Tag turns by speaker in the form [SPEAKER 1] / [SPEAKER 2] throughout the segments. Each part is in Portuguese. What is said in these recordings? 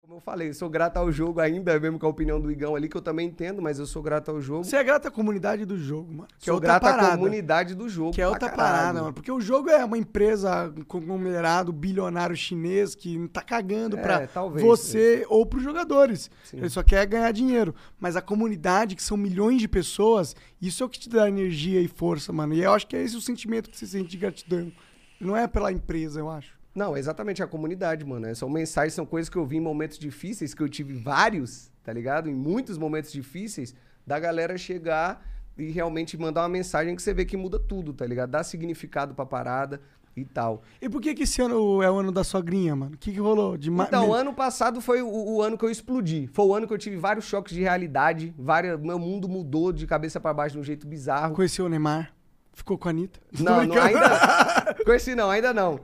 [SPEAKER 1] Como eu falei, sou grato ao jogo ainda, é mesmo com a opinião do Igão ali, que eu também entendo, mas eu sou grato ao jogo.
[SPEAKER 2] Você é grato à comunidade do jogo, mano. Que
[SPEAKER 1] sou
[SPEAKER 2] é outra
[SPEAKER 1] grato
[SPEAKER 2] parada.
[SPEAKER 1] à comunidade do jogo.
[SPEAKER 2] Que é
[SPEAKER 1] pra
[SPEAKER 2] outra
[SPEAKER 1] caralho.
[SPEAKER 2] parada, mano. Porque o jogo é uma empresa, um conglomerado bilionário chinês que tá cagando
[SPEAKER 1] É,
[SPEAKER 2] pra
[SPEAKER 1] talvez,
[SPEAKER 2] você ou pros jogadores.
[SPEAKER 1] Sim.
[SPEAKER 2] Ele só quer ganhar dinheiro. Mas a comunidade, que são milhões de pessoas, isso é o que te dá energia e força, mano. E eu acho que é esse o sentimento que você sente de gratidão. Não é pela empresa, eu acho.
[SPEAKER 1] Não, é exatamente a comunidade, mano. É, São mensagens, são coisas que eu vi em momentos difíceis, que eu tive vários, tá ligado? Em muitos momentos difíceis, da galera chegar e realmente mandar uma mensagem que você vê que muda tudo, tá ligado? Dá significado pra parada e tal.
[SPEAKER 2] E por que que esse ano é o ano da sogrinha, mano? O que que rolou? De ma-
[SPEAKER 1] Então,
[SPEAKER 2] me-
[SPEAKER 1] ano passado foi o, o ano que eu explodi. Foi o ano que eu tive vários choques de realidade. Várias, meu mundo mudou de cabeça pra baixo de um jeito bizarro.
[SPEAKER 2] Conheceu o Neymar? Ficou com a Anitta?
[SPEAKER 1] Não,
[SPEAKER 2] Tô
[SPEAKER 1] não,
[SPEAKER 2] brincando.
[SPEAKER 1] ainda. Conheci não, ainda não.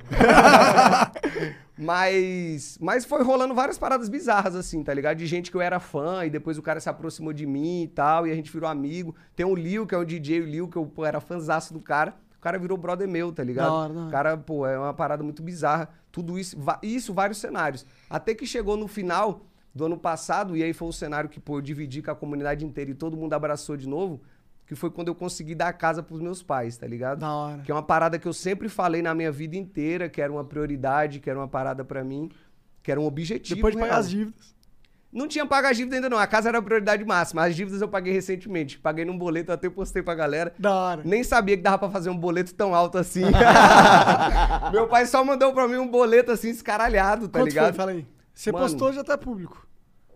[SPEAKER 1] mas, mas foi rolando várias paradas bizarras, assim, tá ligado? De gente que eu era fã e depois o cara se aproximou de mim e tal, e a gente virou amigo. Tem o Liu, que é um DJ, o Liu, que eu pô, era fãzaço do cara. O cara virou brother meu, tá ligado?
[SPEAKER 2] Da hora, da hora.
[SPEAKER 1] O cara, pô, é uma parada muito bizarra. Tudo isso, va- isso, vários cenários. Até que chegou no final do ano passado, e aí foi o cenário que, pô, eu dividi com a comunidade inteira e todo mundo abraçou de novo, que foi quando eu consegui dar a casa pros meus pais, tá ligado?
[SPEAKER 2] Da hora.
[SPEAKER 1] Que é uma parada que eu sempre falei na minha vida inteira, que era uma prioridade, que era uma parada pra mim, que era um objetivo.
[SPEAKER 2] Depois de pagar
[SPEAKER 1] real.
[SPEAKER 2] as dívidas.
[SPEAKER 1] Não tinha pago as dívidas ainda não, a casa era a prioridade máxima. As dívidas eu paguei recentemente, paguei num boleto, até postei pra galera.
[SPEAKER 2] Da hora.
[SPEAKER 1] Nem sabia que dava pra fazer um boleto tão alto assim. Meu pai só mandou pra mim um boleto assim, escaralhado, tá
[SPEAKER 2] Quanto
[SPEAKER 1] ligado?
[SPEAKER 2] foi? Fala aí. Você
[SPEAKER 1] Mano.
[SPEAKER 2] postou, já tá público.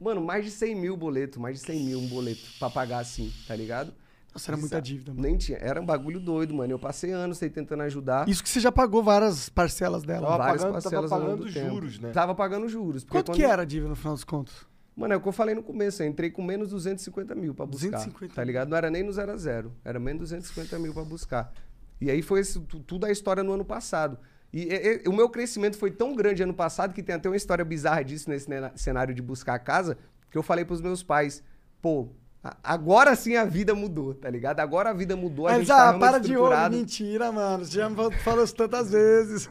[SPEAKER 1] Mano, mais de 100 mil boleto, mais de 100 mil um boleto pra pagar assim, tá ligado?
[SPEAKER 2] Nossa, era muita
[SPEAKER 1] Bizarro.
[SPEAKER 2] dívida, mano.
[SPEAKER 1] Nem tinha, era um bagulho doido, mano. Eu passei anos aí tentando ajudar.
[SPEAKER 2] Isso que você já pagou várias parcelas dela.
[SPEAKER 1] Tava
[SPEAKER 3] Tava
[SPEAKER 1] várias
[SPEAKER 3] pagando- tava
[SPEAKER 1] parcelas ao longo
[SPEAKER 3] pagando
[SPEAKER 1] do tempo.
[SPEAKER 3] juros, né?
[SPEAKER 1] Tava pagando juros. porque
[SPEAKER 2] Quanto
[SPEAKER 1] quando-
[SPEAKER 2] que era a dívida no final dos contos?
[SPEAKER 1] Mano, é o que eu falei no começo. Eu entrei com menos 250 mil pra buscar.
[SPEAKER 2] 250
[SPEAKER 1] Tá ligado? Não era nem no 0 a 0 Era menos 250 mil pra buscar. E aí foi isso, tu- tudo a história no ano passado. E, e- e o meu crescimento foi tão grande ano passado que tem até uma história bizarra disso nesse nena- cenário de buscar a casa, que eu falei pros meus pais, pô, a- agora sim a vida mudou, tá ligado? Agora a vida mudou, a
[SPEAKER 2] Mas,
[SPEAKER 1] gente tá
[SPEAKER 2] ah,
[SPEAKER 1] realmente
[SPEAKER 2] para de olho.
[SPEAKER 1] estruturado.
[SPEAKER 2] Mentira, mano. Você já me falou isso tantas vezes.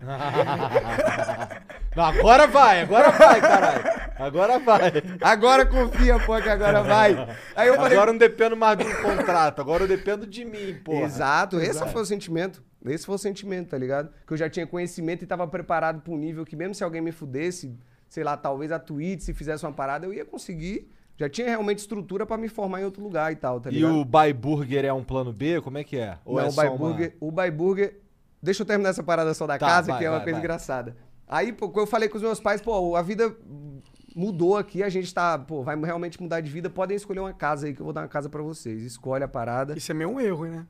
[SPEAKER 3] Não, agora vai, agora vai, caralho. Agora vai.
[SPEAKER 1] Agora confia, pô, que agora vai. Aí eu falei,
[SPEAKER 3] Agora eu não dependo mais do contrato, agora eu dependo de mim, pô.
[SPEAKER 1] Exato, esse
[SPEAKER 3] Exato.
[SPEAKER 1] foi o sentimento. Esse foi o sentimento, tá ligado? Que eu já tinha conhecimento e tava preparado pra um nível que mesmo se alguém me fudesse, sei lá, talvez a Twitch, se fizesse uma parada, eu ia conseguir. Já tinha realmente estrutura pra me formar em outro lugar e tal, tá
[SPEAKER 3] e
[SPEAKER 1] ligado?
[SPEAKER 3] o Buy Burger é um plano B? Como é que é?
[SPEAKER 1] Não,
[SPEAKER 3] é
[SPEAKER 1] o
[SPEAKER 3] só uma-
[SPEAKER 1] Byburger, o Byburger, deixa eu terminar essa parada só da
[SPEAKER 3] Tá,
[SPEAKER 1] casa,
[SPEAKER 3] vai,
[SPEAKER 1] que é uma
[SPEAKER 3] vai,
[SPEAKER 1] coisa
[SPEAKER 3] vai.
[SPEAKER 1] engraçada. Aí, pô, eu falei com os meus pais, pô, a vida mudou aqui, a gente tá, pô, vai realmente mudar de vida, podem escolher uma casa aí que eu vou dar uma casa pra vocês. Escolhe a parada.
[SPEAKER 2] Isso é meio um erro, né?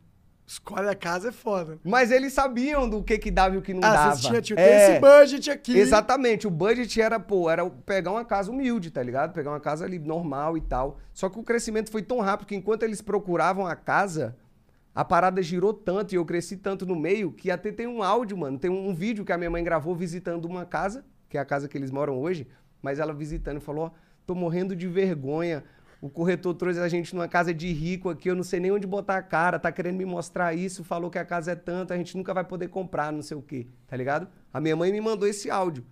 [SPEAKER 2] Escolhe a casa é foda.
[SPEAKER 1] Mas eles sabiam do que que dava e o que não
[SPEAKER 2] ah,
[SPEAKER 1] dava.
[SPEAKER 2] você tinha, tinha
[SPEAKER 1] É,
[SPEAKER 2] esse budget aqui.
[SPEAKER 1] Exatamente, o budget era, pô, era pegar uma casa humilde, tá ligado? Pegar uma casa ali normal e tal. Só que o crescimento foi tão rápido que enquanto eles procuravam a casa, a parada girou tanto e eu cresci tanto no meio que até tem um áudio, mano, tem um, um vídeo que a minha mãe gravou visitando uma casa, que é a casa que eles moram hoje, mas ela visitando e falou: "Ó, tô morrendo de vergonha. O corretor trouxe a gente numa casa de rico aqui, eu não sei nem onde botar a cara, tá querendo me mostrar isso, falou que a casa é tanta, a gente nunca vai poder comprar, não sei o quê, tá ligado? A minha mãe me mandou esse áudio.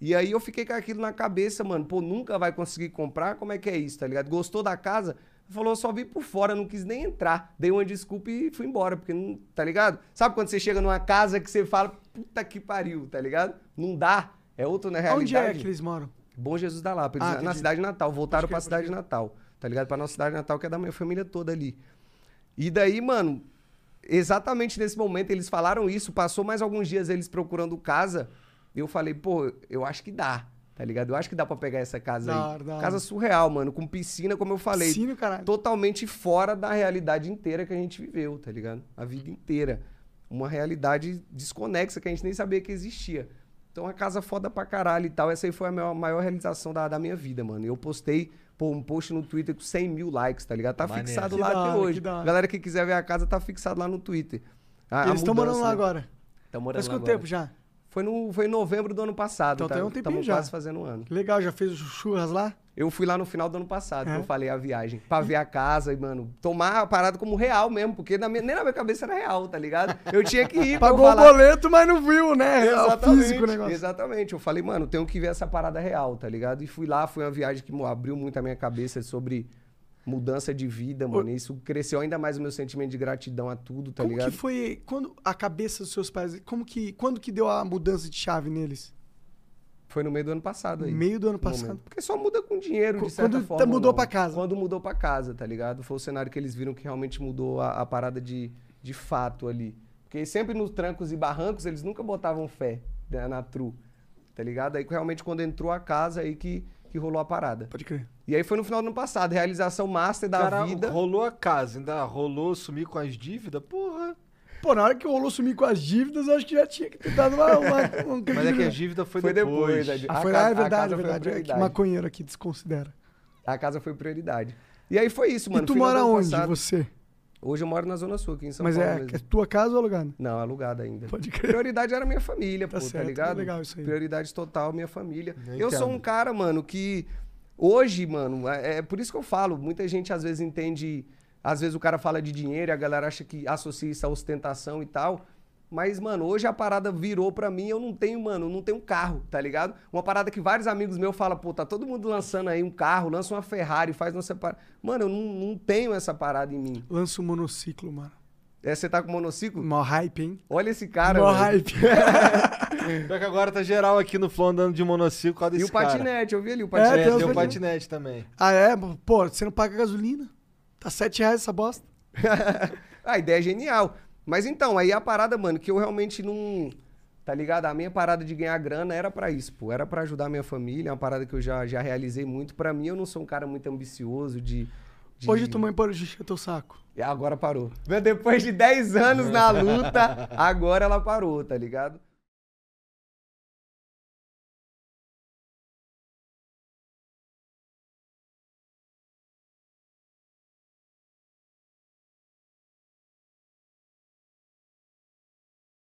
[SPEAKER 1] E aí eu fiquei com aquilo na cabeça, mano, pô, nunca vai conseguir comprar, como é que é isso, tá ligado? Gostou da casa? Falou, só vi por fora, não quis nem entrar. Dei uma desculpa e fui embora, porque não, tá ligado? Sabe quando você chega numa casa que você fala, puta que pariu, tá ligado? Não dá, é outro na
[SPEAKER 2] Onde
[SPEAKER 1] realidade.
[SPEAKER 2] é que eles moram?
[SPEAKER 1] Bom Jesus da Lapa.
[SPEAKER 2] Ah,
[SPEAKER 1] Eles, na
[SPEAKER 2] entendi.
[SPEAKER 1] cidade de Natal. Voltaram
[SPEAKER 2] Pode crer,
[SPEAKER 1] pra
[SPEAKER 2] pode
[SPEAKER 1] cidade de Natal. Tá ligado? Pra nossa cidade de Natal, que é da minha família toda ali. E daí, mano, exatamente nesse momento eles falaram isso. Passou mais alguns dias eles procurando casa. Eu falei, pô, eu acho que dá. Tá ligado? Eu acho que dá pra pegar essa casa
[SPEAKER 2] Da
[SPEAKER 1] aí.
[SPEAKER 2] hora, da hora.
[SPEAKER 1] casa surreal, mano. Com piscina, como eu falei.
[SPEAKER 2] Piscina, caralho.
[SPEAKER 1] Totalmente fora da realidade inteira que a gente viveu, tá ligado? A vida inteira. Uma realidade desconexa que a gente nem sabia que existia. Então, a casa foda pra caralho e tal. Essa aí foi a maior, maior realização da, da minha vida, mano. Eu postei pô, um post no Twitter com 100 mil likes, tá ligado? Tá
[SPEAKER 3] Maneiro.
[SPEAKER 1] fixado
[SPEAKER 2] Que
[SPEAKER 1] lá
[SPEAKER 2] da
[SPEAKER 1] até
[SPEAKER 2] hora, que
[SPEAKER 1] hoje.
[SPEAKER 2] da hora.
[SPEAKER 1] Galera que quiser ver a casa, tá fixado lá no Twitter. A- a
[SPEAKER 2] eles estão morando
[SPEAKER 1] mudança,
[SPEAKER 2] lá
[SPEAKER 1] né?
[SPEAKER 2] agora.
[SPEAKER 1] Tão
[SPEAKER 2] Faz
[SPEAKER 1] morando lá
[SPEAKER 2] quanto
[SPEAKER 1] agora.
[SPEAKER 2] tempo já?
[SPEAKER 1] Foi, no, foi em novembro do ano passado.
[SPEAKER 2] Então
[SPEAKER 1] tá?
[SPEAKER 2] tem um tempinho
[SPEAKER 1] Tamo
[SPEAKER 2] já.
[SPEAKER 1] quase fazendo um ano.
[SPEAKER 2] Legal, já fez os churras lá?
[SPEAKER 1] Eu fui lá no final do ano passado,
[SPEAKER 2] É.
[SPEAKER 1] que eu falei a viagem, pra ver a casa e, mano, tomar a parada como real mesmo, porque na minha- nem na minha cabeça era real, tá ligado? Eu tinha que ir pra eu
[SPEAKER 2] Pagou o
[SPEAKER 1] falar.
[SPEAKER 2] boleto, mas não viu, né? É o físico o negócio.
[SPEAKER 1] Exatamente. Eu falei, mano, tenho que ver essa parada real, tá ligado? E fui lá, foi uma viagem que mo- abriu muito a minha cabeça sobre mudança de vida, mano. E Isso cresceu ainda mais o meu sentimento de gratidão a tudo, tá
[SPEAKER 2] como
[SPEAKER 1] ligado?
[SPEAKER 2] que foi quando a cabeça dos seus pais, como que, quando que deu a mudança de chave neles?
[SPEAKER 1] Foi no meio do ano passado aí.
[SPEAKER 2] Meio do ano
[SPEAKER 1] no
[SPEAKER 2] passado.
[SPEAKER 1] momento. Porque só muda com dinheiro,
[SPEAKER 2] Qu-
[SPEAKER 1] de certa
[SPEAKER 2] quando tá-
[SPEAKER 1] forma.
[SPEAKER 2] mudou
[SPEAKER 1] não.
[SPEAKER 2] pra casa.
[SPEAKER 1] Quando mudou pra casa, tá ligado? Foi o cenário que eles viram que realmente mudou a, a parada de, de fato ali. Porque sempre nos trancos e barrancos eles nunca botavam fé né, na tru, tá ligado? Aí realmente quando entrou a casa aí que, que rolou a parada.
[SPEAKER 2] Pode crer.
[SPEAKER 1] E aí foi no final do ano passado, realização master da
[SPEAKER 3] Cara,
[SPEAKER 1] vida.
[SPEAKER 3] rolou a casa, ainda rolou sumir com as dívidas, porra.
[SPEAKER 2] Pô, na hora que rolou sumir com as dívidas, eu acho que já tinha que ter dado uma... uma, um
[SPEAKER 3] Mas é que a dívida foi,
[SPEAKER 1] Foi
[SPEAKER 3] depois.
[SPEAKER 1] depois, a
[SPEAKER 2] Ah, foi,
[SPEAKER 1] casa-
[SPEAKER 2] ah, é
[SPEAKER 1] a
[SPEAKER 2] verdade,
[SPEAKER 1] casa
[SPEAKER 2] é
[SPEAKER 1] foi
[SPEAKER 2] verdade. É que
[SPEAKER 1] prioridade.
[SPEAKER 2] maconheiro aqui desconsidera.
[SPEAKER 1] A casa foi prioridade. E aí foi isso, mano.
[SPEAKER 2] e tu
[SPEAKER 1] final do
[SPEAKER 2] mora
[SPEAKER 1] ano
[SPEAKER 2] onde,
[SPEAKER 1] passado-
[SPEAKER 2] você?
[SPEAKER 1] Hoje eu moro na Zona Sul, aqui em São
[SPEAKER 2] Mas
[SPEAKER 1] Paulo
[SPEAKER 2] é,
[SPEAKER 1] mesmo.
[SPEAKER 2] é tua casa ou alugado?
[SPEAKER 1] Não, alugado ainda.
[SPEAKER 2] Pode crer.
[SPEAKER 1] Prioridade era minha família,
[SPEAKER 2] Tá
[SPEAKER 1] pô,
[SPEAKER 2] certo,
[SPEAKER 1] tá ligado?
[SPEAKER 2] legal isso aí.
[SPEAKER 1] Prioridade total, minha família.
[SPEAKER 3] Eu
[SPEAKER 1] Eu sou
[SPEAKER 3] entendo.
[SPEAKER 1] um cara, mano, que hoje, mano, é, é por isso que eu falo, muita gente às vezes entende. Às vezes o cara fala de dinheiro e a galera acha que associa isso à ostentação e tal. Mas, mano, hoje a parada virou pra mim, eu não tenho, mano, não tenho carro, tá ligado? Uma parada que vários amigos meus falam, pô, tá todo mundo lançando aí um carro, lança uma Ferrari, faz nossa parada. Mano, eu não, não tenho essa parada em mim.
[SPEAKER 2] Lança um monociclo, mano.
[SPEAKER 1] É, você tá com monociclo?
[SPEAKER 2] Mó hype, hein?
[SPEAKER 1] Olha esse cara,
[SPEAKER 2] Mó
[SPEAKER 1] mano.
[SPEAKER 2] hype.
[SPEAKER 3] Pior que agora tá geral aqui no Flow andando de monociclo por causa
[SPEAKER 1] E
[SPEAKER 3] desse
[SPEAKER 1] o patinete, né? eu vi ali o
[SPEAKER 2] É,
[SPEAKER 1] patinete.
[SPEAKER 3] Cara. É,
[SPEAKER 2] os
[SPEAKER 3] tem
[SPEAKER 2] patinete.
[SPEAKER 3] o patinete também.
[SPEAKER 2] ah, é? Pô, você não paga gasolina? Tá R$ 7 reais essa bosta.
[SPEAKER 1] a ideia é genial. Mas então, aí a parada, mano, que eu realmente não. Tá ligado? A minha parada de ganhar grana era pra isso, pô. Era pra ajudar minha família, é uma parada que eu já, já realizei muito. Pra mim, eu não sou um cara muito ambicioso de. "Ah, de...
[SPEAKER 2] Hoje tua mãe parou de encher teu saco.
[SPEAKER 1] E Agora parou. Depois de 10 anos na luta, agora ela parou, tá ligado?